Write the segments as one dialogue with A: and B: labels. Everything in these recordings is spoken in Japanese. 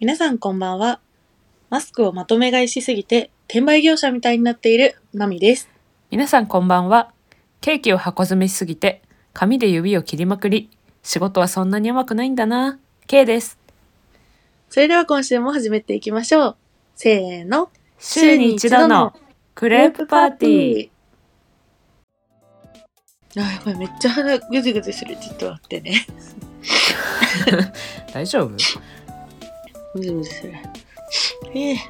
A: 皆さんこんばんは。マスクをまとめ買いしすぎて、転売業者みたいになっている、ナミです。
B: 皆さんこんばんはケーキを箱詰めしすぎて紙で指を切りまくり仕事はそんなに甘くないんだな K です
A: それでは今週も始めていきましょう。せーの。
B: 週に一度のク
A: ク
B: レープパーティ
A: ー。
B: ー
A: あ、やばい、めっちゃ鼻ぐずぐずする。ちょっと待ってね。
B: 大丈夫
A: ぐずぐずする。えええっ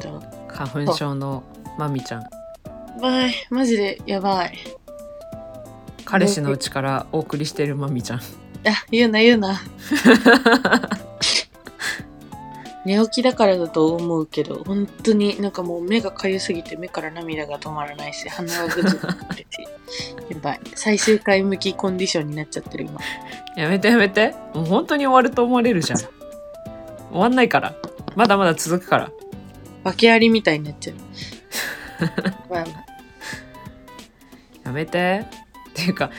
A: と、
B: 花粉症のまみちゃん
A: やばい。マジでやばい。
B: 彼氏のうちからお送りしてるまみちゃん
A: あ、言うな言う な。寝起きだからだと思うけど本当になんかもう目がかゆすぎて目から涙が止まらないし鼻がぐずぐずくるし やばい最終回向きコンディションになっちゃってる今
B: やめてやめてもう本当に終わると思われるじゃん終わんないからまだまだ続くから
A: 訳ありみたいになっ ちゃうまあまあ
B: やめてっていうか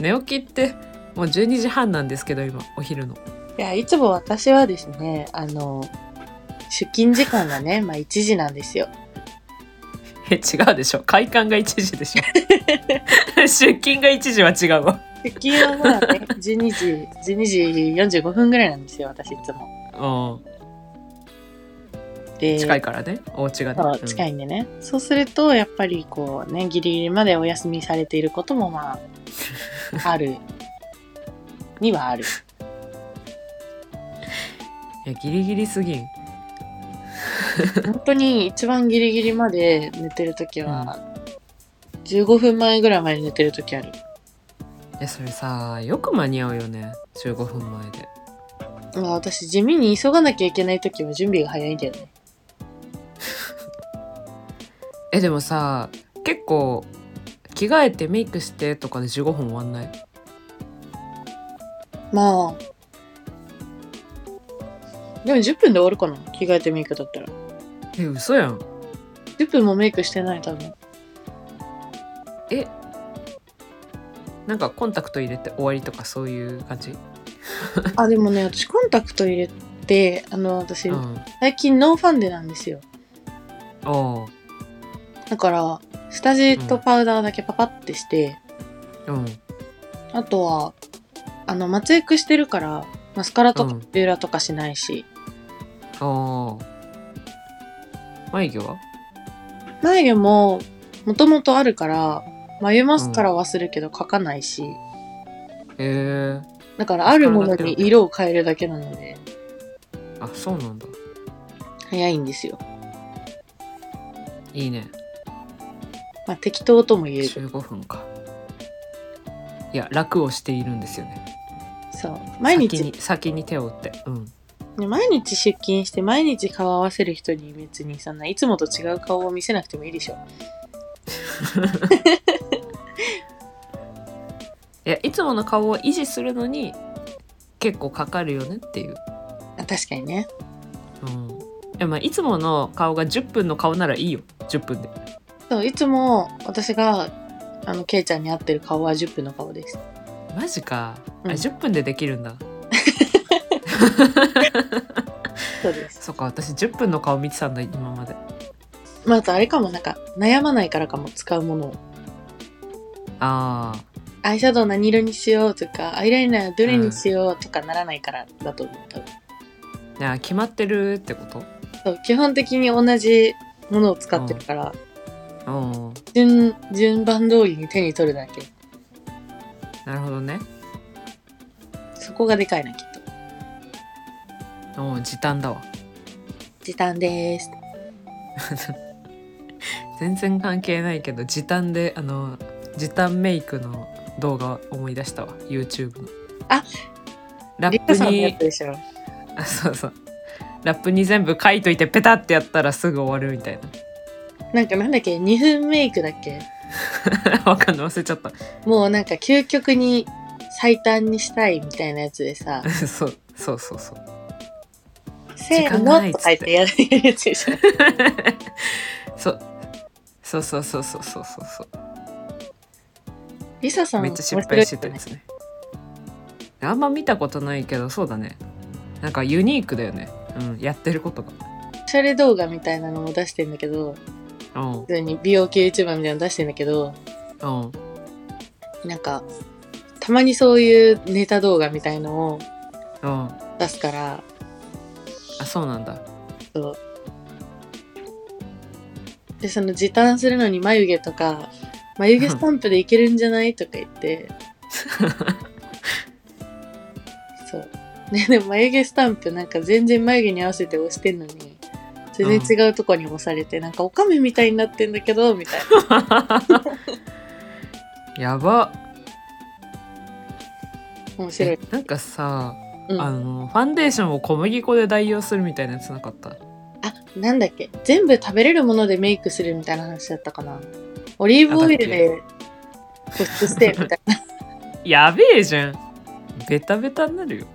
B: 寝起きってもう12時半なんですけど今お昼の
A: いやいつも私はですねあの出勤時間がね、まあ、1時なんですよ
B: え違うでしょ開館が1時で しょ出勤が1時は違うわ
A: 出勤はまあ ね12時12時45分ぐらいなんですよ私いつも
B: う
A: で
B: ん近いからねお家がね、
A: そう近いんでね、そうするとやっぱりこうねギリギリまでお休みされていることも まああるにはあ る
B: うんいやギリギリすぎん
A: 本当に一番ギリギリまで寝てる時は、15分前ぐらいまで寝てる時ある
B: いやそれさよく間に合うよね15分前で
A: まあ私地味に急がなきゃいけない時は準備が早いんだよね
B: えでもさ結構着替えてメイクしてとかで15分終わんない
A: まあでも10分で終わるかな着替えてメイクだったら
B: え嘘やん
A: 10分もメイクしてない多分
B: えなんかコンタクト入れて終わりとかそういう感じ
A: あでもね私コンタクト入れてあの私、
B: うん
A: 最近ノーファンデなんですよ
B: おう
A: だから下地とパウダーだけパパってして、
B: うん
A: あとはあの松エクしてるからマスカラとか
B: うん
A: ビューラーとかしないし、
B: おう眉毛は
A: 眉毛ももともとあるから眉マスカラはするけど描かないし、
B: え
A: だからあるものに色を変えるだけなので
B: ー、あそうなんだ
A: 早いんですよ、
B: いいね
A: まあ、適当とも言える
B: 15分かいや楽をしているんですよね
A: そう毎日
B: 先に先に手を打ってうん
A: ね毎日出勤して毎日顔合わせる人に別にそんないつもと違う顔を見せなくてもいいでしょ
B: いやいつもの顔を維持するのに結構かかるよねっていう、
A: あ確かにね
B: うん、いやまあいつもの顔が10分の顔ならいいよ10分で
A: そういつも私があのケイちゃんに会ってる顔は10分の顔です
B: マジかあ
A: うん
B: 10分でできるんだ、
A: そうです
B: そっか私10分の顔見てたんだ今まで
A: まああとあれかもなんか悩まないからかも使うものを
B: ああ
A: アイシャドウ何色にしようとかアイライナーどれにしようとかならないからだと思う多分
B: いや決まってるってこと
A: そう基本的に同じものを使ってるから、
B: うん
A: 順順番通りに手に取るだけ
B: なるほどね
A: そこがでかいなきっと
B: うん時短だわ
A: 時短です
B: 全然関係ないけど時短であの時短メイクの動画思い出したわ YouTube の
A: あ
B: ラ
A: リ
B: ッ
A: カ
B: プ
A: さんのや
B: に
A: つでしょ
B: あそうそうラップに全部書いといてペタってやったらすぐ終わるみたい
A: なんかなんだっけ2分メイクだっけ
B: な わかんない忘れちゃっ
A: もうなんか究極に最短にしたいみたいなやつでさ
B: たそうそうそうそう
A: 「せー
B: 時間が
A: の」
B: ないっ
A: と
B: つって
A: 書いてやるやつでしょ
B: そうそうそうそうそうそうそうそう
A: リサさん
B: めっちゃ失敗してたやつねあんま見たことないけどそうだねなんかユニークだよねうん、やってることが。
A: おしゃれ動画みたいなのも出してんだけど、
B: うん、
A: 普通に美容系 YouTuber みたいなの出してんだけど、
B: うん、
A: なんか、たまにそういうネタ動画みたいのを
B: うん。
A: 出すから、
B: あ、そうなん だ。
A: そう。で、その時短するのに眉毛とか、眉毛スタンプでいけるんじゃないとか言 って。そう。ね、でも眉毛スタンプなんか全然眉毛に合わせて押してんのに、全然違うとこに押されて、なんかオカメみたいになってんだけど、みたいな。
B: やば。
A: 面白
B: え
A: い。
B: なんかさ、
A: うん。
B: あ
A: あ、
B: のファンデーションを小麦粉で代用するみたいなやつなかった
A: なんだっけ。全部食べれるものでメイクするみたいな話だったかな。オリーブオイルで保湿して、みたいな。
B: やべえじゃんベタベタになるよ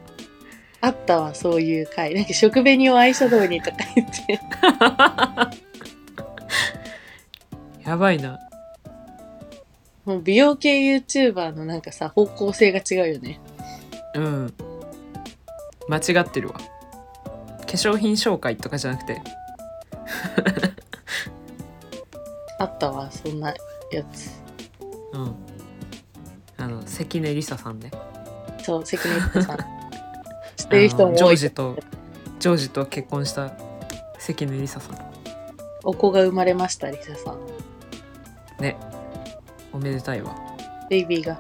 A: あったわ そういう回なんか食紅を愛車道にとか言って
B: やばいな
A: もう美容系 YouTuber のなんかさ方向性が違うよね
B: うん間違ってるわ化粧品紹介とかじゃなくて
A: あったわそんなやつ
B: うんあの関根梨沙さんね
A: そう関根一 さん知ってる人も
B: あのジョ
A: 多
B: ー
A: い
B: ジとジョージと結婚した関根梨沙さん
A: お子が生まれましたリサさん
B: ねおめでたいわ
A: ベイビーが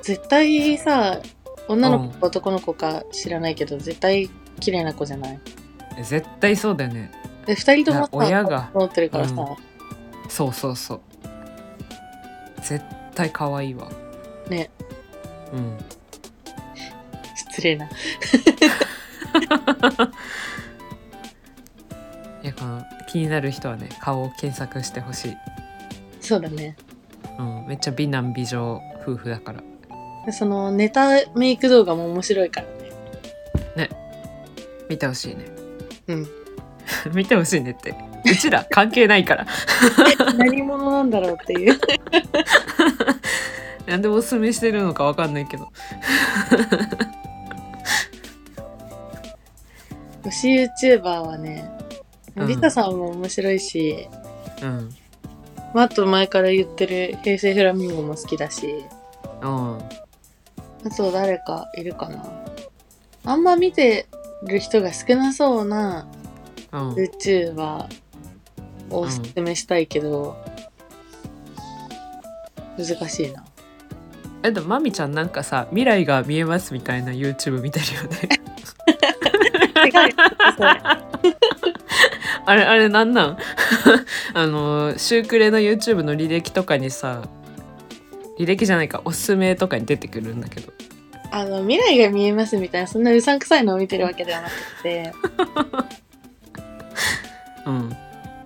A: 絶対さ女の子
B: う
A: か男の子か知らないけど絶対綺麗な子じゃない
B: え絶対そうだよね
A: で2人とも
B: な
A: さ
B: 親が
A: 持ってるからさ、
B: そうそうそう絶対可愛いわ
A: ね
B: うん
A: 失礼ない
B: やこの気になる人はね顔を検索してほしい、
A: そうだね
B: うん、めっちゃ美男美女夫婦だから
A: でそのネタメイク動画も面白いからね
B: 見てほしいね
A: うん
B: 見てほしいねってうちら関係ないから
A: 何者なんだろうっていう
B: なんでおすすめしてるのかわかんないけど
A: 推し YouTuber はね
B: うん
A: リタさんも面白いし、
B: うん
A: まあ、あと前から言ってる平成フラミンゴも好きだし
B: うん
A: あと誰かいるかなあんま見てる人が少なそうな
B: うん
A: YouTuber をおすすめしたいけど、難しいな
B: えでもまみちゃんなんかさ未来が見えますみたいな YouTube 見てるよねあれあれなんなん あのシュークレの YouTube の履歴とかにさ履歴じゃないかおすすめとかに出てくるんだけど
A: あの未来が見えますみたいなそんなうさんくさいのを見てるわけではなく て
B: うん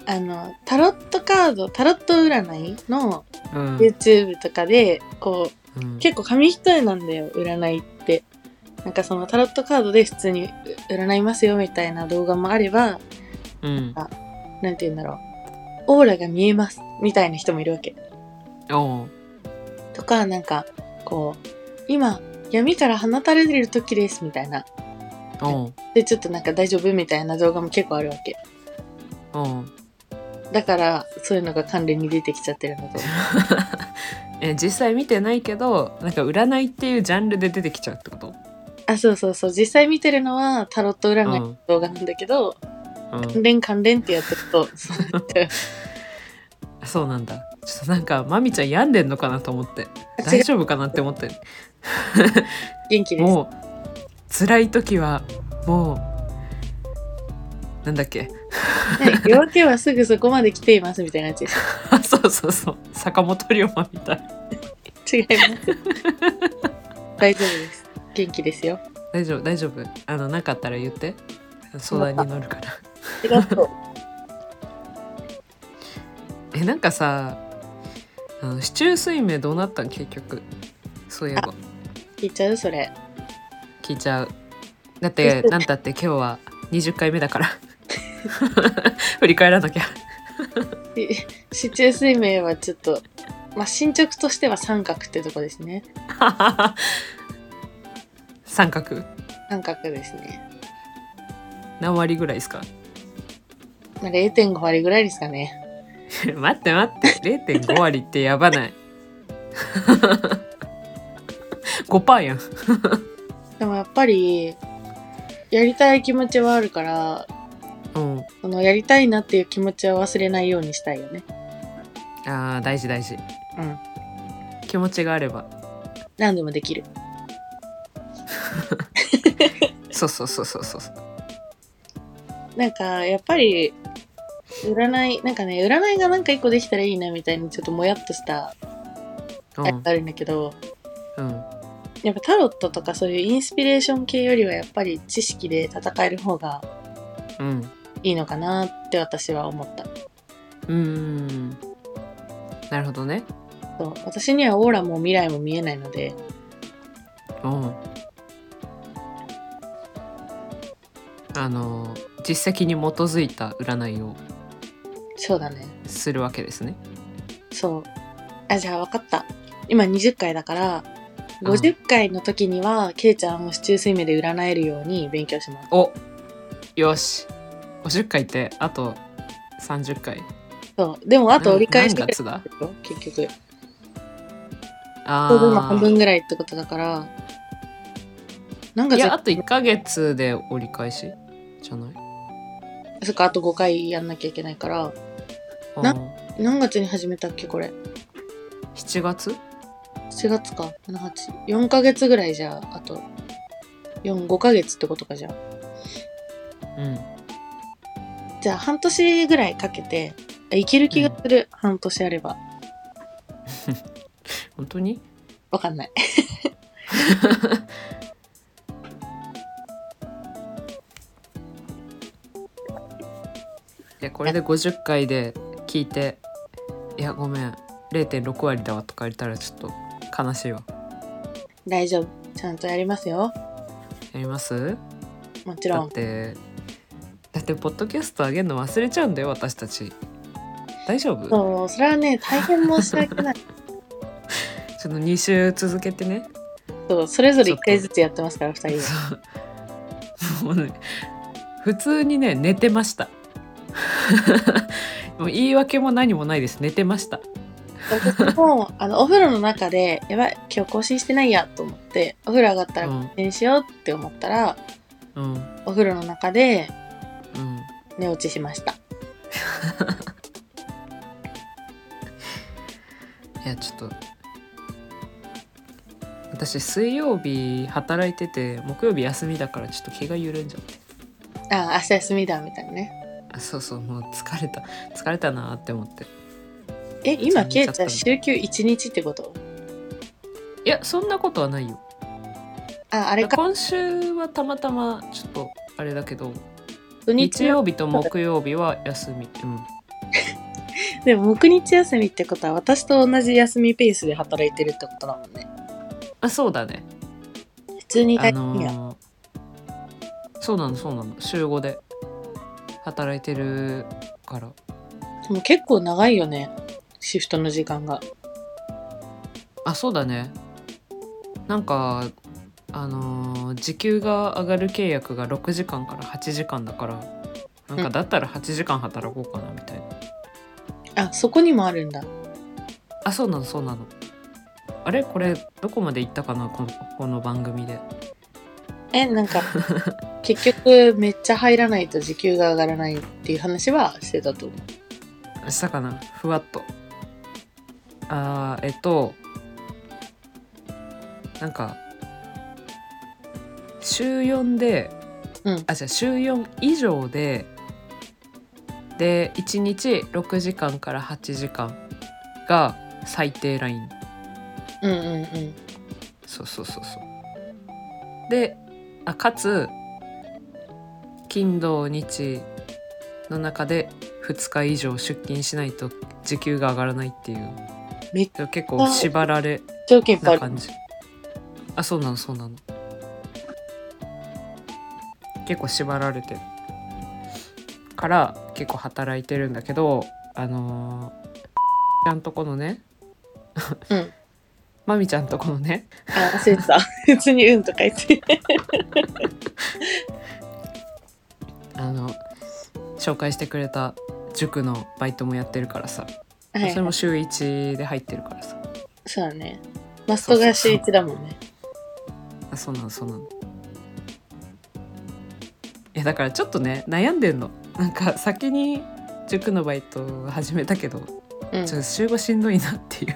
A: あのタロットカードタロット占いの
B: うん
A: YouTube とかでこ
B: うん
A: う結構紙一重なんだよ占いってなんかそのタロットカードで普通に占いますよみたいな動画もあれば
B: うん
A: なんて言うんだろうオーラが見えますみたいな人もいるわけ
B: おう
A: とかなんかこう今闇から放たれる時ですみたいな
B: おう
A: でちょっとなんか大丈夫みたいな動画も結構あるわけ
B: おう
A: だからそういうのが関連に出てきちゃってるんだと思う
B: え実際見てないけどなんか占いっていうジャンルで出てきちゃうってこと
A: あそうそうそう実際見てるのはタロット占いの動画なんだけど、
B: うん
A: 関連関連ってやってるとそうなっち ゃう
B: そうなんだちょっとなんかまみちゃん病んでんのかなと思って大丈夫かなって思って
A: 元気です
B: もう辛い時はもうなんだっけ
A: ね夜明けはすぐそこまで来ていますみたいなやつです
B: そうそうそう坂本龍馬みたい
A: 違 います大丈夫です元気ですよ
B: 大丈夫大丈夫あのなかったら言って相談に乗るから
A: ありがとう
B: えなんかさあの市中水明どうなったん結局そういえば
A: 聞いちゃうそれ
B: 聞いちゃうだっ
A: です
B: て
A: よね
B: なんたって今日は20回目だから 振り返らなきゃ
A: し市中水明はちょっとまあ進捗としては三角ってとこですね
B: 三角
A: 三角ですね
B: 何割ぐらいですか
A: まあ、0.5割ぐらいですかね。
B: 待って待って0.5割ってやば ない5%やん
A: でもやっぱり、やりたい気持ちはあるから、
B: うん
A: そのやりたいなっていう気持ちは忘れないようにしたいよね。
B: あー大事大事
A: うん。
B: 気持ちがあれば
A: 何でもできる。
B: そうそうそうそうそう
A: なんか、やっぱり、占い、なんかね、占いがなんか一個できたらいいなみたいにちょっともやっとしたあ
B: う
A: れ
B: ん
A: があるんだけど、
B: うん
A: やっぱタロットとかそういうインスピレーション系よりはやっぱり知識で戦える方が
B: うん
A: いいのかなって私は思った。
B: うーんなるほどね
A: そう私にはオーラも未来も見えないので、
B: うんあの実績に基づいた占いを
A: そうだね。
B: するわけですね
A: そう。あ、じゃあ分かった。今20回だから、
B: うん
A: 50回の時には、ケイちゃんを市中水面で占えるように勉強します。
B: およし50回ってあと30回
A: そう。でも、あと折り返し
B: 何
A: て
B: 何月だ
A: 結局。ち
B: あ
A: ょうど今半分
B: ー
A: ぐらいってことだから、何
B: い
A: 月
B: やあと1ヶ月で折り返しじゃない
A: そっか、あと5回やんなきゃいけないから、
B: あ
A: な
B: ー
A: 何月に始めたっけ、これ。
B: 7月
A: 4月か、7、8。4ヶ月ぐらいじゃあ、あと、4、5ヶ月ってことかじゃあ。
B: うん
A: じゃあ、半年ぐらいかけて、あいける気がする、半年あれば。
B: 本当に
A: わかんない。
B: いやこれで50回で聞いて「いやごめん0.6割だわ」とか言ったらちょっと悲しいわ
A: 大丈夫。ちゃんとやりますよ。
B: やります
A: もち
B: だ
A: ろん
B: っ。てだってポッドキャスト上げるの忘れちゃうんだよ私たち大丈夫ちょ
A: そう、それはね、大変申し訳 ない。
B: っと2週続けてね
A: そう、それぞれ1回ずつやってますから、2人で。
B: そうもうね普通にね寝てました もう言い訳も何もないです寝てました
A: 私も、あの、お風呂の中で、やばい、今日更新してないやと思って、お風呂上がったら
B: うん
A: 更新しようって思ったら、
B: うんうん
A: お風呂の中で寝落ちしました。
B: いやちょっと私水曜日働いてて木曜日休みだからちょっと気が緩んじゃって
A: ああ、明日休みだ、みたいなね。
B: あそうそうもう疲れた疲れたなーって思って
A: え、今、
B: そう
A: ケイち
B: 寝ちゃ
A: ゃ
B: った
A: ん、週休1日ってこと
B: いやそんなことはないよ
A: あ、あれか、
B: 今週はたまたまちょっとあれだけど
A: 土
B: 日
A: 日の
B: 曜日と木曜日は休みうん
A: でも、木日休みってことは、私と同じ休みペースで働いてるってことだもんね。
B: あそうだね
A: 普通に
B: あ
A: 大変や。
B: のーそうなのそうなの週5で働いてるから
A: でも結構長いよねシフトの時間が
B: あそうだねなんかあのー時給が上がる契約が6時間から8時間だからなん
A: う
B: か
A: ん
B: だったら8時間働こうかなみたいな、
A: あそこにもあるんだ
B: あそうなのそうなのあれこれどこまで行ったかなこのこの番組で
A: えなん か結局めっちゃ入らないと時給が上がらないっていう話はしてたと思う
B: したかなふわっとあーえっとなんか週4で
A: うん
B: あじゃあ週4以上でで1日6時間から8時間が最低ライン
A: うんうんうん
B: そうそうそうそうであかつ金土日の中で2日以上出勤しないと時給が上がらないっていう
A: めっ
B: でも結構縛られ
A: 条件いっぱいあ
B: な
A: る
B: 感じあそうなのそうなの結構縛られてるから結構働いてるんだけどあのー、ちゃんとこのね
A: うん
B: まみちゃんとこのね
A: あ忘れ てた普通に「うん」とか言って
B: ああの紹介してくれた塾のバイトもやってるからさ、
A: はい、
B: それも週1で入ってるからさ
A: そうだねマストが週一だもんね
B: あそうなのそうなのいやだからちょっとね悩んでんのなんか先に塾のバイトを始めたけどちょ
A: うん
B: っと週5しんどいなっ ていう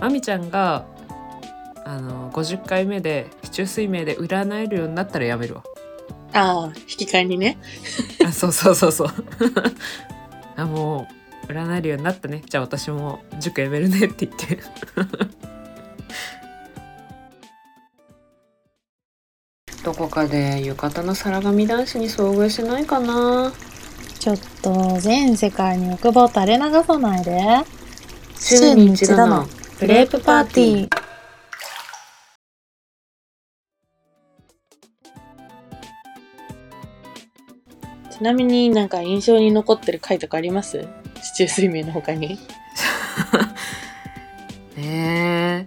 B: あみちゃんがあの50回目で市中水明で占えるようになったらやめるわ
A: ああ引き換えにね
B: あそうそうそうそう あもう占えるようになったねじゃあ私も塾やめるねって言って どこかで浴衣の皿紙男子に遭遇しないかな
C: ちょっと全世界に欲望垂れ流さないで
B: 週に一度の
C: グレープパーティー
A: ちなみになんか印象に残ってる回とかあります市中水明の他に
B: ね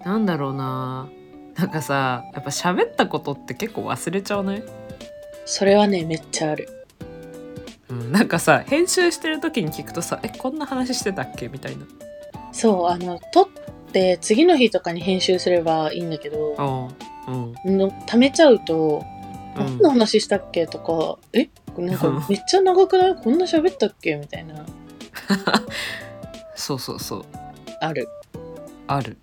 B: えなんだろうななんかさやっぱ喋ったことって結構忘れちゃわない、
A: それはねめっちゃある
B: うん、なんかさ編集してる時に聞くとさえこんな話してたっけみたいな
A: そうあの撮って次の日とかに編集すればいいんだけど
B: うんうん
A: の貯めちゃうと何の話したっけとか、えなん
B: うん
A: かめっちゃ長くないこんな喋ったっけみたいな
B: そうそうそう
A: ある
B: ある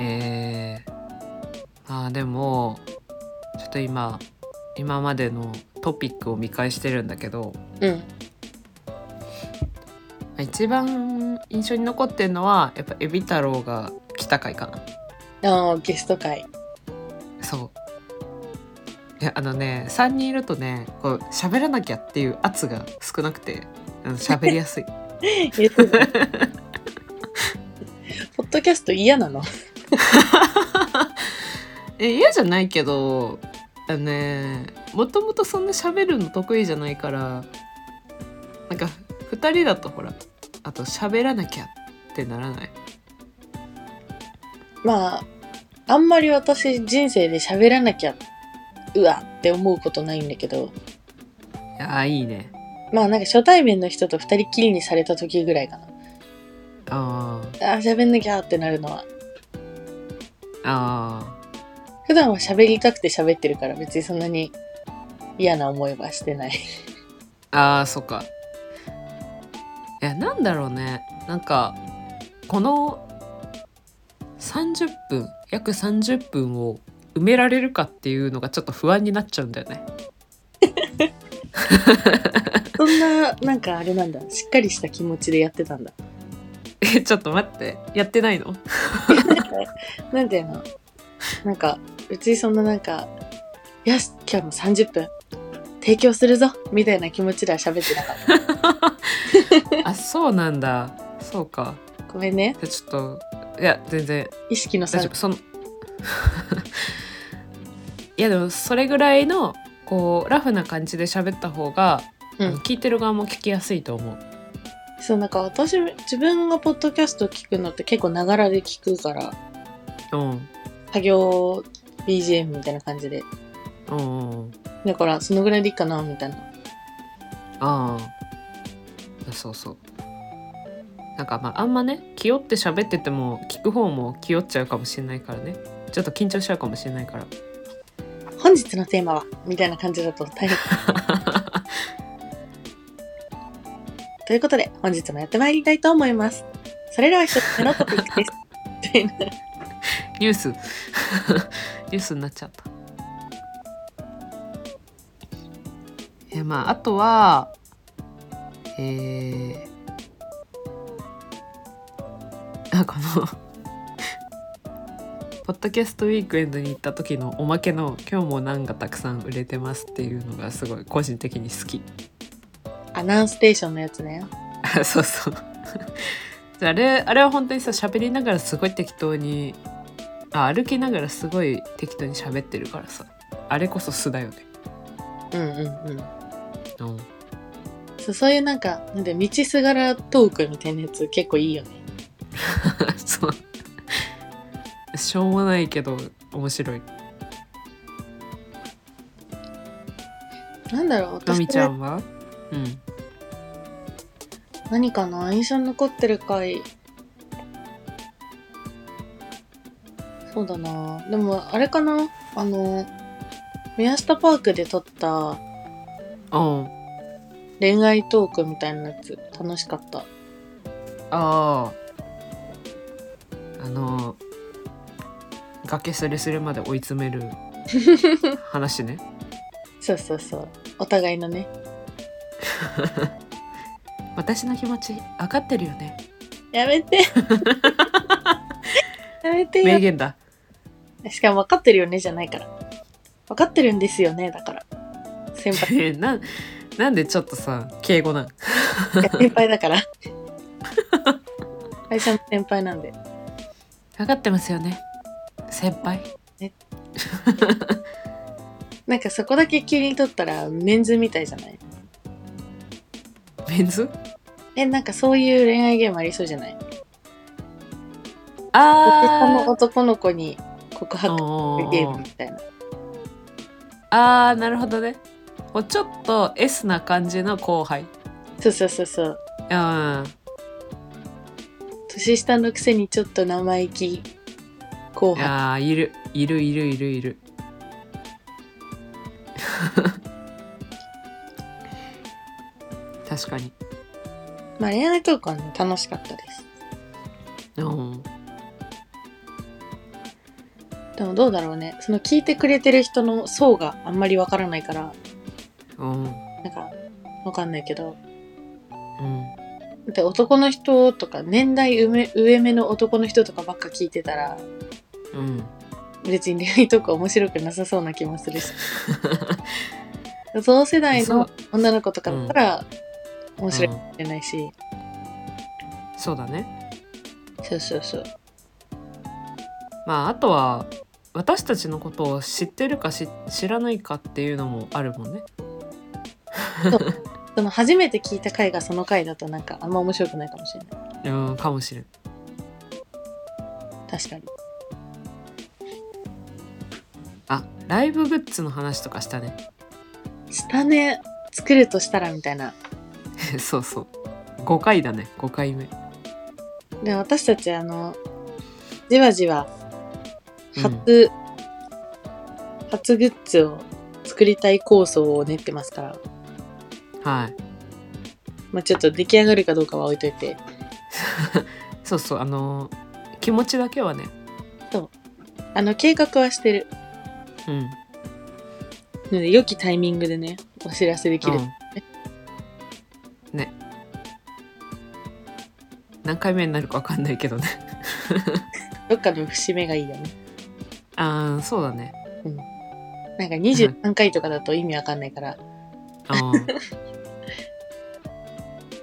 B: えー、あーでもちょっと今今までのトピックを見返してるんだけど
A: うん
B: 一番印象に残ってるのはやっぱエビ太郎が来た回かな
A: あーゲスト会
B: そういやあのね3人いるとねこう喋らなきゃっていう圧が少なくてうん喋りやすい
A: 言ってたポッドキャスト嫌なの
B: え嫌じゃないけどあのねもともとそんな喋るの得意じゃないからなんか2人だとほらあと喋らなきゃってならない
A: まああんまり私人生で喋らなきゃうわって思うことないんだけど
B: いやーいいね
A: まあなんか初対面の人と二人きりにされた時ぐらいかな
B: あー
A: あー喋んなきゃってなるのは
B: あ
A: 普段は喋りたくて喋ってるから別にそんなに嫌な思いはしてない
B: ーあーそっかいやなんだろうねなんかこの30分約30分を埋められるかっていうのがちょっと不安になっちゃうんだよね
A: そんななんかあれなんだしっかりした気持ちでやってたん だ
B: えちょっと待ってやってないの
A: なんていうのなんか別にそんななんかよし今日も30分提供するぞみたいな気持ちでは喋ってなかっ
B: あそうなんだそうか
A: たごめんね
B: じゃあちょっといや全然
A: 意識の
B: 大
A: 差
B: 丈夫その いやでもそれぐらいのこうラフな感じで喋った方が、
A: うん
B: あの聞いてる側も聞きやすいと思う
A: そうなんか私自分がポッドキャスト聞くのって結構ながらで聞くから
B: うん
A: 作業 BGM みたいな感じで
B: うんうんうん
A: だからそのぐらいでいいかなみたいな
B: ああそうそうなんかまああんまね気負って喋ってても聞く方も気負っちゃうかもしれないからねちょっと緊張しちゃうかもしれない から
A: 本日のテーマはみたいな感じだと大変ということで本日もやってまいりたいと思いますそれでは一つ目のトピックですみたいな
B: ニュース ニュースになっちゃった。えまああとはえー、あこの ポッドキャストウィークエンドに行った時のおまけの「今日も何がたくさん売れてます」っていうのがすごい個人的に好き。
A: アナウンステーションのやつね
B: あ そうそう。じゃああれあれは本当にさ喋りながらすごい適当にあ歩きながらすごい適当に喋ってるからさあれこそ素だよね。
A: うんうんうん
B: うん、
A: そうそういうなんかなんで道すがらトークみたいなやつ結構いいよね
B: そうしょうもないけど面白い
A: なんだろう
B: の
A: 私
B: みちゃんはうん
A: 何かな印象に残ってる回そうだなでもあれかなあの宮下パークで撮った
B: おう
A: 恋愛トークみたいなやつ楽しかった
B: あああの崖すれすれまで追い詰める話 ね
A: そうそうそうお互いのね
B: 私の気持ち分かってるよね
A: やめ てやめて
B: 名
A: よ
B: 言だ
A: しかも分かってるよねじゃないから分かってるんですよねだから先輩
B: えななんでちょっとさ敬語なん
A: 先輩だから会社の先輩なんで
B: 分かってますよね先輩
A: なんかそこだけ急に取ったらメンズみたいじゃない
B: メンズ
A: え、なんかそういう恋愛ゲームありそうじゃない他の
B: あ
A: 男の子に告
B: ー
A: 白
B: お
A: ゲ
B: ー
A: ー
B: お
A: ムみ
B: ー
A: たいな。
B: あーなるほどねこうちょっと S な感じの後輩
A: そうそうそうそう。
B: うん
A: 年下のくせにちょっと生意気後輩。
B: あーいるいるいるいるいる 確かに
A: まあ恋愛トークはね、楽しかったです。
B: うん
A: でもどうだろうね。その聞いてくれてる人の層があんまりわからないから、
B: うんうん
A: なんかわかんないけど。で男の人とか年代上め上目の男の人とかばっか聞いてたら
B: うん
A: 別に恋愛とか面白くなさそうな気もするし同世代の女の子とかだったら面白いかもしれないし、
B: そうだね
A: そうそうそう
B: まああとは私たちのことを知ってるかし知らないかっていうのもあるもんね
A: その初めて聞いた回がその回だとなんかあんま面白くないかもしれない
B: うんかもしれん
A: 確かに
B: あライブグッズの話とかしたね
A: 下ね作るとしたらみたいな
B: そうそう5回だね5回目
A: で私たちあのじわじわ
B: うん
A: 初、初グッズを作りたい構想を練ってますから、
B: はい
A: まあ、ちょっと出来上がるかどうかは置いといて
B: そうそうあのー気持ちだけはね
A: あの計画はしてる
B: うん
A: ので良きタイミングでねお知らせできる、
B: うんね何回目になるか分かんないけどね
A: どっかの節目がいいよね
B: ああそうだね
A: なんか23回とかだと意味わかんないから、
B: あ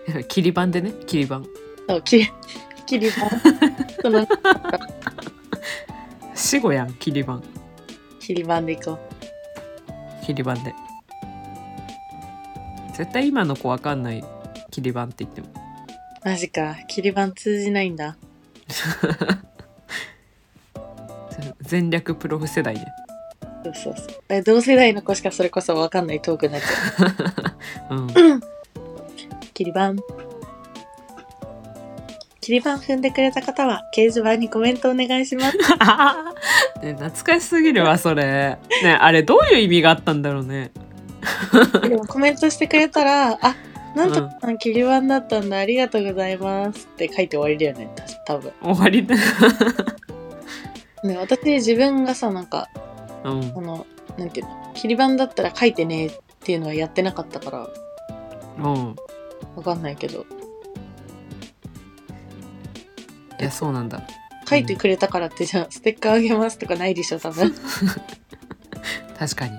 B: ー切り板でね切り板
A: そう切り 切り 板その
B: 死後やん切り板
A: 切り板でいこう
B: 切り板で絶対今の子分かんない切り板って言っても
A: マジか切り板通じないんだ
B: 全略プロフ世代ね
A: そうそうそうえ同世代の子しかそれこそわかんないトークになっちゃ
B: うん
A: う切り板切り板踏んでくれた方は掲示板にコメントお願いします
B: あーね、懐かしすぎるわそれ、ね、あれどういう意味があったんだろうね
A: でもコメントしてくれたらあなんとかさん切り板だったんだありがとうございますって書いて終わりだよねた多分
B: 終わりだ
A: ね私自分がさなんか
B: うん
A: あのなんていうの切り板だったら書いてねっていうのはやってなかったから
B: うん
A: わかんないけど
B: いやそうなんだ
A: 書いてくれたからってじゃあステッカーあげますとかないでしょ多分
B: 確かに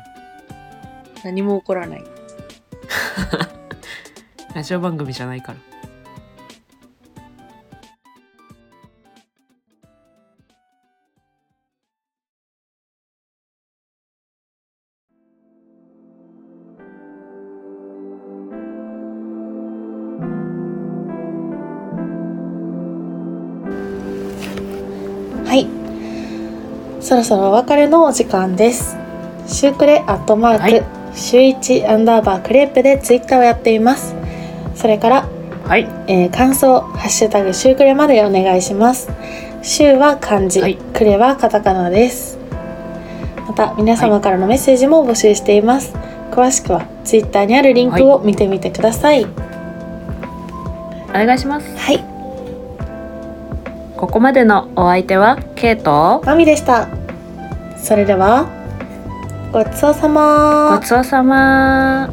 A: 何も起こらない
B: ラジオ番組じゃないから
C: はい。
A: そろそろお別れのお時間です。シュークレアットマーク、
B: はい
A: 週一アンダーバークレープでツイッターをやっています。それから、
B: はい
A: えー感想ハッシュタグシュークレまでお願いします。シューは漢字、
B: はい
A: クレはカタカナです。また皆様からのメッセージも募集しています。詳しくはツイッターにあるリンクを見てみてください。
B: お願いします
A: はい、
B: ここまでのお相手はケイト
A: マミでした。それではごちそうさま
B: ごちそうさま